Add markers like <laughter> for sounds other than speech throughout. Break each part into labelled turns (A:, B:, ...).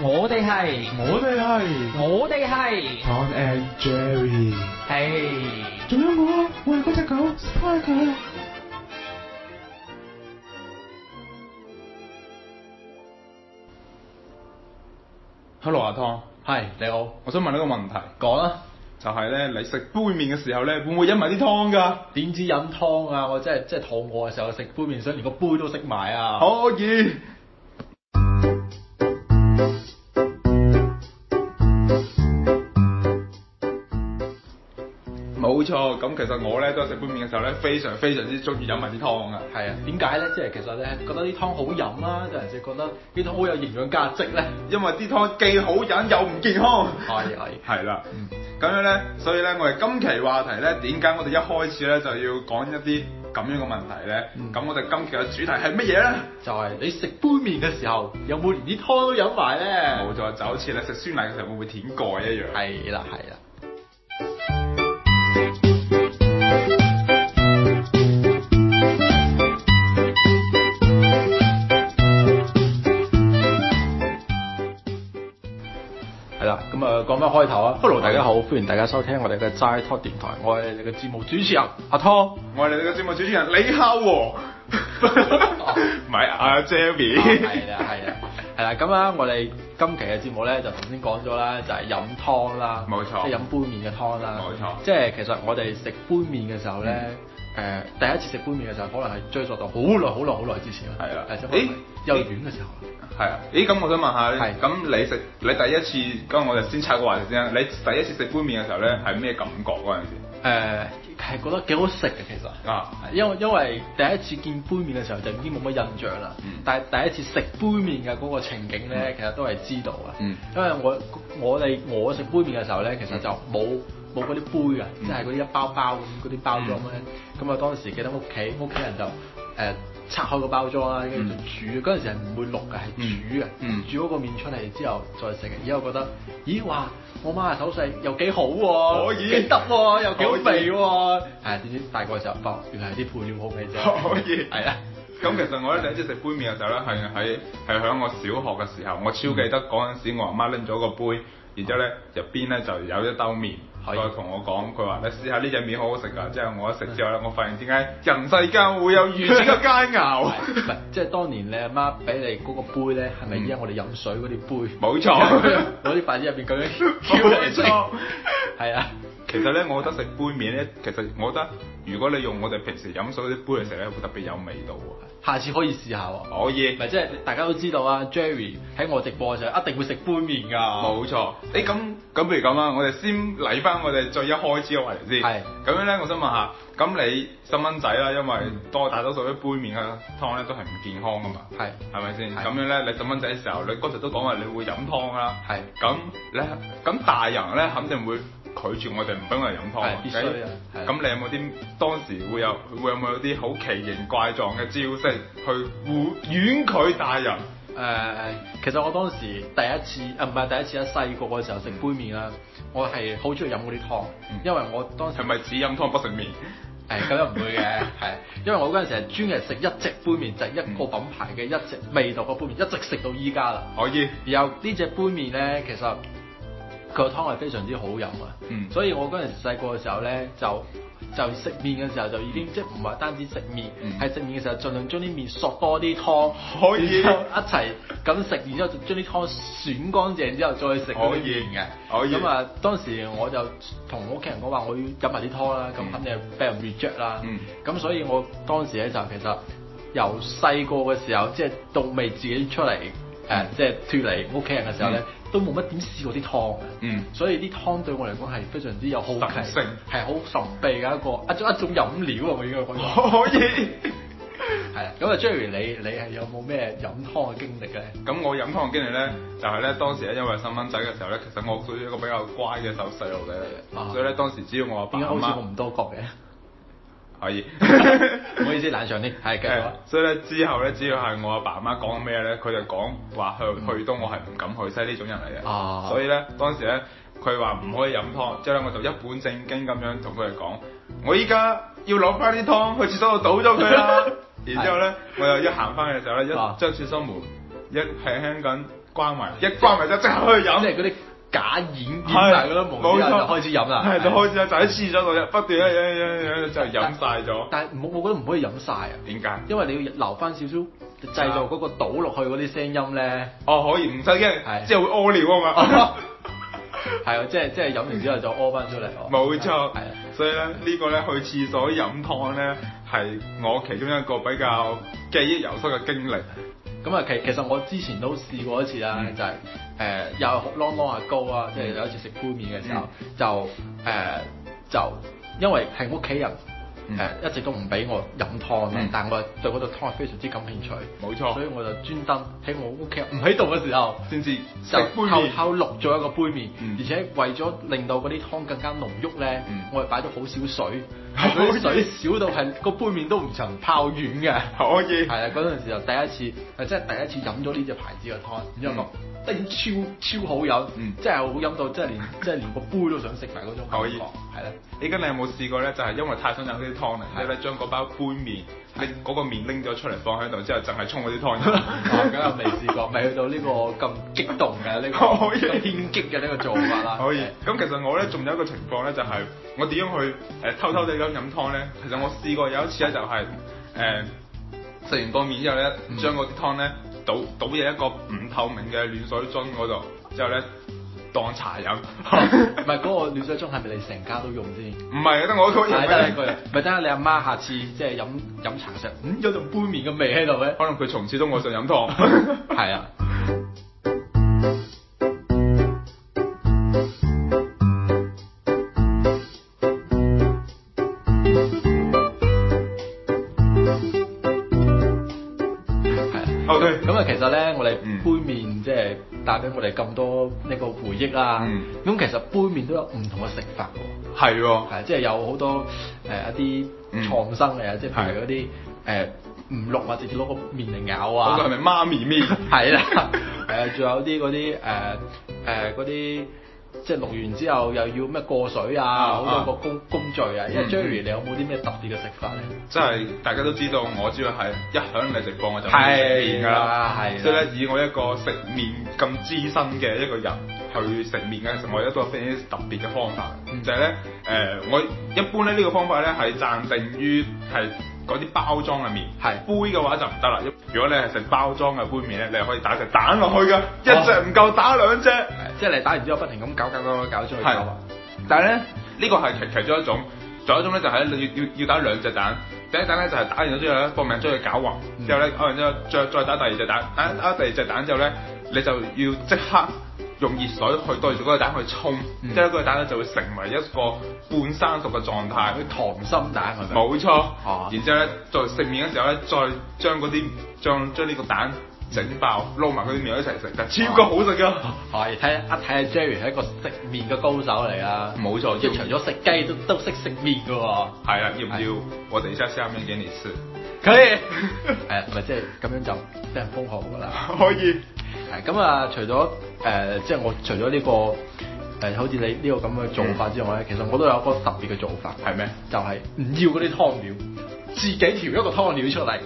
A: 我哋係，
B: 我哋係
A: 我哋係，
B: Tom and Jerry，
A: 係。
B: 仲有我，我係嗰只狗 Spike。Hello 阿湯，
C: 係你好，
B: 我想問一個問題，
C: 講啦。
B: 就係咧，你食杯麵嘅時候咧，會唔會飲埋啲湯㗎？
C: 點知飲湯啊！我真係真係肚餓嘅時候食杯麵，想連個杯都食埋啊！，
B: 可以。冇錯，咁其實我咧都係食杯麵嘅時候咧，非常非常之中意飲埋啲湯啊。
C: 係啊，點解咧？即係其實咧，覺得啲湯好飲啦，定係即係覺得啲湯好有營養價值咧？
B: 因為啲湯既好飲又唔健康。
C: 係係
B: 係啦
C: 嗯，
B: 咁樣咧，所以咧，我哋今期話題咧，點解我哋一開始咧就要講一啲咁樣嘅問題咧？
C: 嗯
B: 咁、我哋今期嘅主題係乜嘢咧？
C: 就係你食杯麵嘅時候，有冇連啲湯都飲埋咧？
B: 冇錯，就好似你食酸奶嘅時候會唔會舔蓋一樣。
C: 係啦係啦，係啦。咁啊，講翻開頭啊，Hello 大家好，歡迎大家收聽我哋嘅齋 talk 電台，我係你嘅節目主持人阿湯。
B: 我哋嘅節目主持人李孝和，唔係阿 Jerry，
C: 啊係啦，係啦，係啦。咁啊，我哋今期嘅節目咧就頭先講咗啦，就係飲湯啦，
B: 冇錯
C: 即係飲杯麵嘅湯啦，
B: 冇錯嗯
C: 即係其實我哋食杯麵嘅時候咧，誒、第一次食杯麵嘅時候，可能係追溯到好耐、好耐、好耐之前啦，
B: 係啦
C: 誒，即係可能係
B: 咦
C: 幼兒園嘅時候。
B: 係啊，咦咁我想問下，
C: 係
B: 咁你食你第一次，咁我哋先拆個話題先啦。你第一次食杯麵嘅時候咧，係咩感覺嗰陣時？
C: 誒呃係覺得幾好食嘅其實，
B: 啊
C: 因為因為第一次見杯麵嘅時候就已經冇乜印象啦，
B: 嗯
C: 但係第一次食杯麵嘅嗰個情景咧，其實都係知道嘅，
B: 嗯
C: 因為我我哋我食杯麵嘅時候咧，其實就冇冇嗰啲杯啊，
B: 嗯
C: 即係嗰啲一包包咁嗰啲包裝咧，咁啊、當時記得屋企屋企人就誒。呃拆開個包裝啦，跟住就煮。嗰陣、時係唔會淥嘅，係煮嘅。
B: 嗯嗯
C: 煮嗰個麵出嚟之後再食嘅。而家我覺得，咦哇！我媽嘅手勢又幾好喎、
B: 可以
C: 幾得喎、又幾好味喎。係點知大個嘅時候發覺，原來係啲配料好味啫。
B: 可以
C: 係啦，
B: 咁其實我咧第一次食杯麵嘅時候咧，係喺係喺我小學嘅時候，我超記得嗰陣時，我阿媽拎咗個杯，然之後咧入邊咧就有一兜麵，
C: 係
B: 佢同我講，佢話你試下呢只麵好好食㗎。之後我一食之後咧，我發現點解人世間會有如此嘅佳
C: 唔
B: 肴。 <laughs>
C: 係即係當年你阿媽俾你嗰個杯咧，係咪依家我哋飲水嗰啲杯？
B: 冇錯
C: <laughs> 攞啲筷子入邊咁樣挑嚟食
B: 冇錯。
C: 係啊，
B: 其實咧，我覺得食杯麵咧，其實我覺得如果你用我哋平時飲水嗰啲杯嚟食咧，會特別有味道喎。
C: 下次可以試下喎。
B: 可以
C: 唔，係即係大家都知道啊，Jerry 喺我直播嘅時候一定會食杯麵㗎。
B: 冇錯。誒咁咁，不如咁啊啦，我哋先嚟翻我哋最一開始嘅話題先。
C: 係
B: 咁樣咧，我想問下，咁你細蚊仔啦，因為
C: 嗯
B: 多大多數啲杯麵嘅湯咧都係唔健康噶嘛，
C: 係
B: 係咪先？
C: 係
B: 咁樣咧，你細蚊仔嘅時候，你嗰時都講話你會飲湯啦。
C: 係
B: 咁咧，咁大人咧肯定會拒絕我哋唔俾我哋飲湯
C: 係必須啊係
B: 咁你有冇啲當時會有會有冇啲好奇形怪狀嘅招式去婉婉拒大人？
C: 誒、其實我當時第一次啊，唔係第一次啊，細個嘅時候食杯麵啦，我係好中意飲嗰啲湯
B: 嗯，
C: 因為我當時
B: 係咪只飲湯不食麵？
C: 誒咁又唔會嘅， <laughs> 係因為我嗰陣時係專係食一隻杯麵，就係一個品牌嘅一隻味道嘅杯麵，一直食到依家啦。
B: 可以，
C: 然後呢只杯麵咧，其實佢個湯係非常之好飲啊，
B: 嗯
C: 所以我嗰陣時細個嘅時候咧，就就食麵嘅時候就已經即係唔係單止食麵，
B: 嗯
C: 係食麵嘅時候盡量將啲麵索多啲湯，
B: 可以
C: 然之後一齊咁食，然之後就將啲湯選乾淨之後再食嗰
B: 可
C: 啲
B: 以
C: 麵嘅。
B: 可以
C: 咁啊，當時我就同屋企人講話，我要飲埋啲湯啦，咁
B: 嗯
C: 肯定係俾人 reject 啦。
B: 嗯
C: 咁所以我當時咧就其實由細個嘅時候，即係到未自己出嚟誒、即係脱離屋企人嘅時候咧，都冇乜點試過啲湯。啊
B: 嗯
C: 所以啲湯對我嚟講係非常之有好奇
B: 神聖，
C: 係好神秘嘅一個一種一種飲料啊！我應該講係
B: 可以。
C: 啦。咁啊，Jerry，你你係有冇咩飲湯嘅經歷咧？
B: 咁我飲湯嘅經歷咧，就係、咧當時咧因為細蚊仔嘅時候咧，其實我屬於一個比較乖嘅手細路仔嚟嘅，
C: 啊
B: 所以咧當時只要我阿爸
C: 點解
B: 阿
C: 好似我
B: 媽
C: 唔多覺嘅？
B: 可以。
C: 唔好意思，冷場啲，係繼續啊。
B: 誒所以咧之後咧，只要係我阿爸阿媽講咩咧，佢就講話去去東，我係唔敢去西呢種人嚟嘅。
C: 啊
B: 所以咧當時咧，佢話唔可以飲湯，之後咧我就一本正經咁樣同佢哋講，我依家要攞翻啲湯去廁所度倒咗
C: <laughs>
B: 佢啦。然之後咧，我又一行翻嘅時候咧，一
C: 啊
B: 將廁所門一輕輕咁關埋，一關埋就即刻去飲，
C: 即係嗰啲假演演埋嗰啲蒙面人就開始飲啦，
B: 係就開始啦，就喺廁所度不斷咧飲飲飲就飲晒咗。
C: 但係唔好，我覺得唔可以飲晒啊，
B: 點解？
C: 因為你要留翻少
B: 啊
C: 少製造嗰個倒落去嗰啲聲音
B: <laughs>
C: 咧。
B: 哦，可以唔使驚，
C: 係
B: 即係會屙尿
C: <laughs>
B: 啊嘛。
C: 係啊，即係即係飲完之後就屙翻出嚟喎。
B: 冇錯
C: 係啊，
B: 所以咧呢個咧去廁所飲湯咧係我其中一個比較記憶猶新嘅經歷。
C: 咁啊，其其實我之前都試過一次啦，
B: 嗯
C: 就係、誒、又係啷啷阿高啊，即係有一次食杯麵嘅時候，
B: 嗯
C: 就誒、就因為係屋企人誒、
B: 嗯
C: 一直都唔俾我飲湯嘅，
B: 嗯
C: 但我對嗰度湯係非常之感興趣，
B: 冇錯
C: 所以我就專登喺我屋企人唔喺度嘅時候。
B: 先至食
C: 就
B: 杯
C: 偷
B: 麵，
C: 偷錄咗一個杯麵，
B: 嗯
C: 而且為咗令到嗰啲湯更加濃郁咧，
B: 嗯
C: 我係擺咗好少
B: <laughs>
C: 水，係嗰啲水少到係個杯麵都唔曾泡軟嘅。
B: <laughs> 可以
C: 係啊，嗰陣時就第一次，係真係第一次飲咗呢隻牌子嘅湯，然之後覺得已經超超好飲，
B: 嗯
C: 即係好飲到即係連即係連個杯都想食埋嗰種感
B: 可以
C: 覺，係啦。
B: 你跟你有冇試過咧？就係、因為太想飲啲湯啦，
C: 係
B: 你咧將嗰包杯麵拎嗰個麵拎咗出嚟放喺度之後，淨係沖嗰啲
C: <laughs>
B: 湯
C: 我梗
B: 飲。
C: 哦係未試過，未去到呢個咁激動嘅呢個
B: <laughs> 可以
C: 咁偏激嘅呢個做法啦。
B: 可以。咁其實我咧仲有一個情況咧，就係、我點樣去誒、偷偷地咁飲湯咧？其實我試過有一次咧、就係誒食完個麵之後咧，
C: 嗯
B: 將嗰啲湯咧倒倒入一個唔透明嘅暖水樽嗰度，之後咧當茶
C: <laughs>
B: 飲。
C: 唔係嗰個暖水盅係咪你成家都用先？
B: 唔係，得我一個人
C: 係得你一個
B: 嘅
C: 人，咪等下你阿媽下次即係飲飲茶嘅時候， <laughs> 嗯有陣杯麵嘅味喺度咧。
B: 可能佢從此都愛上飲湯。
C: <laughs> 係啊，係啊。
B: OK。
C: 咁啊，其實咧，我哋
B: 嗯
C: 杯麵即係帶俾我哋咁多呢個回憶啦
B: 嗯。
C: 咁其實杯麵都有唔同嘅食法喎。
B: 係喎，
C: 係即係有好多誒、一
B: 嗯
C: 啲創新嘅嘢，即係譬如
B: 係
C: 嗰啲誒唔錄啊，直接攞個面嚟咬
B: 嗰
C: 啊
B: 個，係咪媽咪咪？
C: 係啦， <laughs> 誒仲有啲嗰啲誒誒嗰啲。即係錄完之後又要咩過水
B: 啊
C: 啊，好
B: 啊
C: 多個工工序啊。因為
B: 嗯
C: Jerry 你有冇啲咩特別嘅食法咧？
B: 即係大家都知道，我主要係一響你直播我就唔食麵㗎啦，
C: 啊係啦係啊啦
B: 所以咧以我一個食麵咁資深嘅一個人去食麵嘅時候，我有一個非常之特別嘅方法，
C: 嗯
B: 就係咧誒，我一般咧呢、個方法咧係暫定於係嗰啲包裝嘅麵，
C: 係
B: 杯嘅話就唔得啦。如果你係食包裝嘅杯麵咧，你係可以打隻蛋落去㗎，一隻唔夠打兩隻。
C: 即係你打完之後不停咁搞搞搞搞搞出去搞
B: 係
C: 啊。
B: 但係咧，呢個係其其中一種，仲有一種咧就係你要要要打兩隻蛋。第一蛋咧就係打完咗之後咧，搏命將佢攪勻，
C: 嗯
B: 之後咧攪完之後再再打第二隻蛋，打打第二隻蛋之後咧，你就要即刻用熱水去對住嗰個蛋去沖，
C: 嗯
B: 之後嗰個蛋咧就會成為一個半生熟嘅狀態。
C: 佢溏心蛋係咪？
B: 冇錯
C: 哦，
B: 然之後咧，再食麵嘅時候咧，再將嗰啲將將呢個蛋整爆，
C: 嗯
B: 撈埋佢啲麵一齊食，就超
C: 啊
B: 級好食㗎。
C: 係睇一睇下 Jerry 係一個食麵嘅高手嚟啊！
B: 冇錯
C: 即係除咗食雞都都識食麵嘅喎。
B: 係啦，要唔要我等一下下面給你吃？
C: 可 <laughs> 以，係咪即係咁樣就俾人封號㗎啦？
B: <laughs> 可以。
C: 係咁啊，除咗誒、呃即係我除咗呢、個誒、呃好似你呢個咁嘅做法之外咧，其實我都有一個特別嘅做法，
B: 係咩？
C: 就係唔要嗰啲湯料，自己調一個湯料出嚟，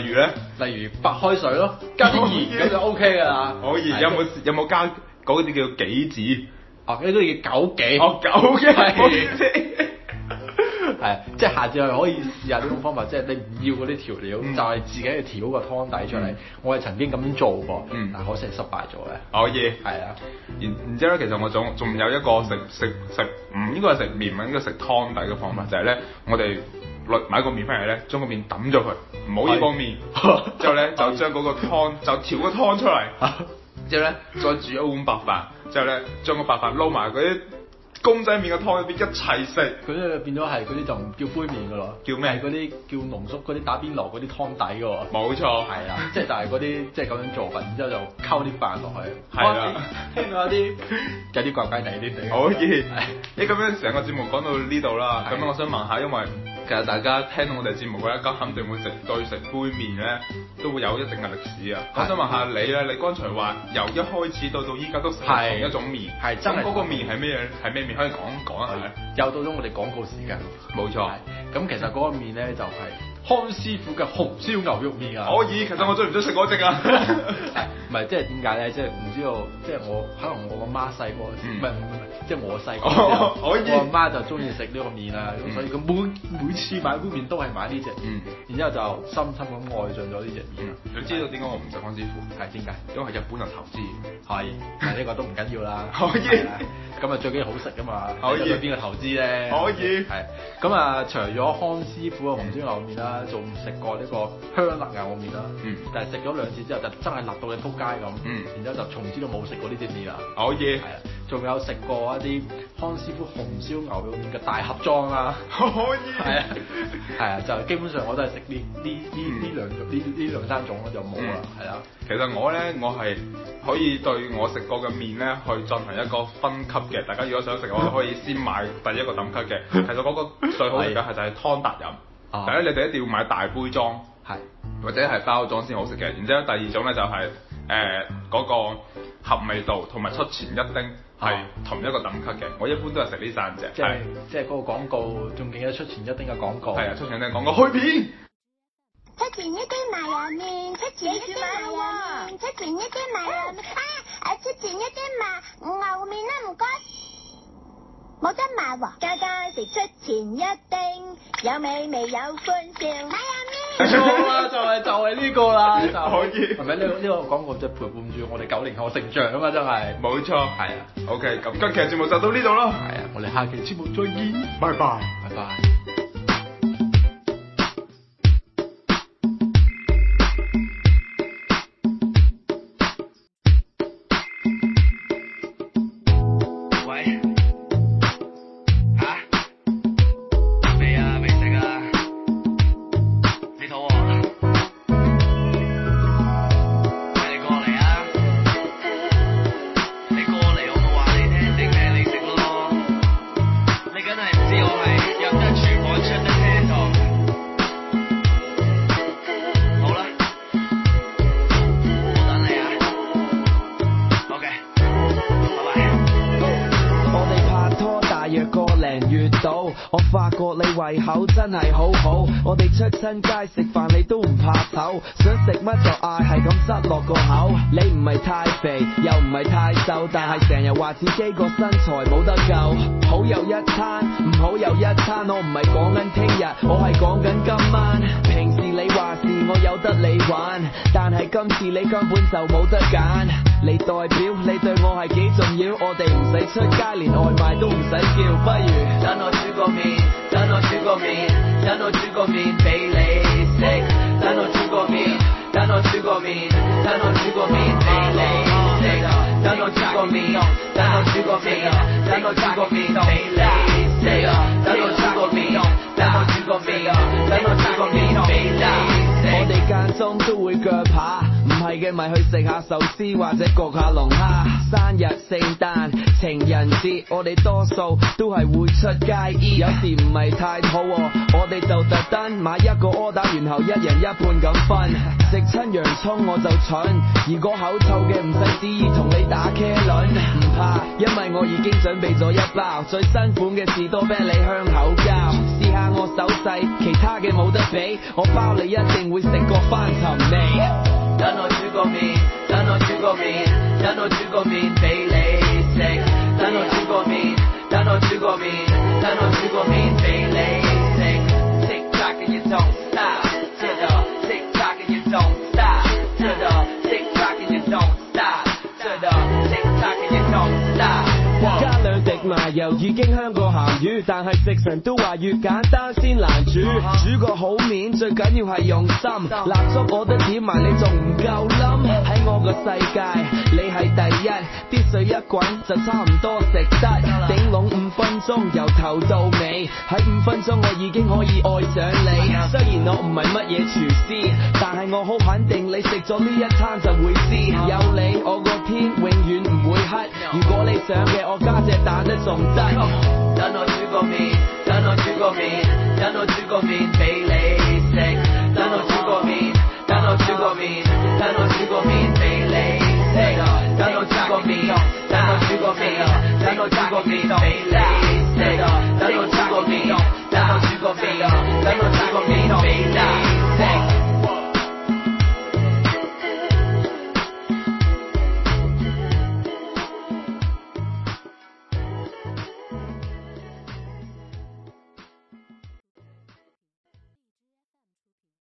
B: 例如咧，
C: 例如白開水咯，加啲鹽咁就 OK 㗎啦。
B: 可以
C: 係
B: 有冇有冇加嗰啲叫杞子？
C: 哦，呢都要九幾。
B: 哦，九嘅，
C: 係
B: 唔好意思
C: <laughs> 係，啊即係下次係可以試下呢種方法，即係你唔要嗰啲調料，
B: 嗯
C: 就係自己去調個湯底出嚟。
B: 嗯
C: 我係曾經咁樣做過，
B: 嗯
C: 但可惜係失敗咗嘅。
B: 可以。
C: 係啊，
B: 然然之後咧，其實我仲仲有一個食食食唔應該係食麵，唔應該食湯底嘅方法，就係咧，我哋攞買個麵翻嚟咧，將個麵揼咗佢，唔好要個麵
C: 係， <laughs>
B: 之後咧就將嗰個湯就調個湯出嚟， <laughs> 之後咧再煮一碗白飯，之後咧將個白飯撈埋嗰啲公仔麵嘅湯入邊一齊食。
C: 嗰啲變咗係嗰啲就唔叫杯麵噶咯，
B: 叫咩
C: 係嗰啲叫濃縮嗰啲打邊爐嗰啲湯底嘅喎。
B: 冇錯，
C: 係
B: <laughs>
C: 啦，即係就係嗰啲即係咁樣做法，然之後就溝啲飯落去。
B: 係啊啦
C: 哇聽到有啲有啲怪怪地啲地。
B: 可以
C: 係。
B: 你咁樣成個節目講到呢度啦，
C: 係
B: 咁我想問下，因為其實大家聽到我哋節目嘅一家肯定會食對食杯麵咧，都會有一定嘅歷史啊。
C: 係
B: 我想問下你咧，你剛才話由一開始到到依家都食同
C: 係
B: 一種麵，
C: 係真
B: 咁
C: 係
B: 嗰個麵係咩係咩麵？可以講講一下咧。啊
C: 又到咗我哋廣告時間。
B: 冇錯，
C: 咁其實嗰個麵咧就係康師傅嘅紅燒牛肉麵啊！
B: 可以，其實我最唔中意食嗰只啊。
C: <laughs> 唔係，即係點解咧？即係唔知道，即係我可能我阿媽細個，唔
B: 嗯
C: 係唔係唔係，即係我細個
B: 哦
C: 嘅時候，
B: 可以
C: 我阿媽就中意食呢個麵啦，咁
B: 嗯
C: 所以佢每每次買碗麵都係買呢只
B: 嗯，
C: 然之後就深深咁愛上咗呢只麵啊
B: 嗯
C: 啦。
B: 你知道點解我唔食康師傅？
C: 係點解？
B: 因為日本人投資。 <laughs>
C: 係，但係呢個都唔緊要啦。
B: 可以
C: 係啦咁啊最緊要好食噶嘛。
B: 可以
C: 你對邊個投資咧？
B: 可以
C: 係。咁啊，除咗康師傅嘅紅燒牛麵啦，仲食過呢個香辣牛麵啦。
B: 嗯
C: 但係食咗兩次之後，就真係辣到你撲街咁。
B: 嗯
C: 然之後就從此都冇食過呢啲麵啦。
B: 可
C: 係
B: 以，
C: 啦，仲有食過一啲康師傅紅燒牛肉麵嘅大盒裝啦。
B: 可以。
C: 係啊，係啊，就基本上我都係食呢呢呢呢
B: 嗯
C: 兩呢呢兩三種咯，就冇啦，係啊啦。
B: 其實我咧，我係可以對我食過嘅麵咧，去進行一個分級嘅。大家如果想食嘅話，可以先買第一個等級
C: <laughs>
B: 嘅。其實嗰個最好食嘅係就係湯達人，
C: 啊
B: 但係咧你哋一定要買大杯裝
C: 係。
B: 或者係包裝先好食嘅。然之後第二種咧就係誒嗰個合味道同埋出前一丁係
C: 啊
B: 同一個等級嘅。我一般都係食呢三隻，
C: 即係即係嗰個廣告，仲記得出前一丁嘅廣告。
B: 係啊，出前一丁講個去片。
D: 出前一丁麻油面，出前一丁麻油面，出前一丁麻油面啊！啊，出前一丁麻牛面啦，唔該。冇得麻喎，家家食出前一丁，有美味有歡笑。麻
C: <laughs>
D: 油面，
C: 錯啦，就係就係呢個啦，就係
B: 可以
C: 係咪呢個呢個廣告就陪伴住我哋九零後成長啊嘛，真係。
B: 冇錯，
C: 係啊，
B: OK，咁今期嘅節目就到呢度啦，
C: 係啊，我哋下期節目再見，
B: 拜拜。
C: 拜拜。
E: 喂，吓？未啊，未食啊？你肚餓啦？你過嚟啊！你過嚟我咪話你聽定咩你食咯？你梗係唔知我係入得廚房出得廳堂。好啦，我等你啊。OK，拜拜。
F: 我哋拍拖大約個零月到，我發覺你胃口真係好好。我哋出親街食飯你都唔怕醜，想食乜就嗌，係咁塞落個口。你唔係太肥，又唔係太瘦，但係成日話自己個身材冇得救。好又一餐，唔好又一餐，我唔係講緊聽日，我係講緊今晚。平時你話事我有得你玩，但係今次你根本就冇得揀。你代表你對我係幾重要，我哋唔使出街，連外賣都唔使叫，不如等我煮個麵，等我煮個麵，等我煮個麵俾你食，等我煮個麵，等我煮個麵，等我煮個麵俾你食，等我煮個麵，等我煮個麵，等我煮個麵俾你食，等我煮個麵，等我煮個麵，等我煮個麵俾你食。我哋間中都會鋸扒，唔係嘅咪去食下壽司或者焗下龍蝦。生日、聖誕、情人節，我哋多數都係會出街 e 有時唔係太肚餓，我哋就特登買一個 order，然後一人一半咁分。食親洋葱我就蠢，如果口臭嘅唔使旨意同你打茄輪，唔怕，因為我已經準備咗一包。最辛苦嘅士多啤梨香口膠，試下我手勢，其他嘅冇得比，我包你一定會食個翻尋味。等我煮個麵，等我煮個麵，等我煮個麵俾你食。等我煮個麵，等我煮個麵，等我煮個麵俾你食。食炸嘅嘢 don't stop，知道？食炸嘅嘢 don't stop，知道？食炸嘅嘢 don't stop，知道？食炸嘅嘢 don't stop。加兩滴麻油已經香過鹹魚，但係食神都話越簡單先難煮。煮個好面最緊要係用心，蠟燭我都點埋，你仲唔夠冧？喺我個世界，你係第一，啲水一滾就差唔多食得，頂籠五分鐘由頭到尾，喺五分鐘我已經可以愛上你。雖然我唔係乜嘢廚師，但係我好肯定你食咗呢一餐就會知，有你我個天永遠唔會黑。如果你想嘅，我加隻蛋都仲得。等我煮個麵，等我煮個麵，等我煮個麵俾你食。等我煮個麵，等我煮個麵，等我煮個麵俾你食。等我煮個麵，等我煮個麵，等我煮個麵俾你食。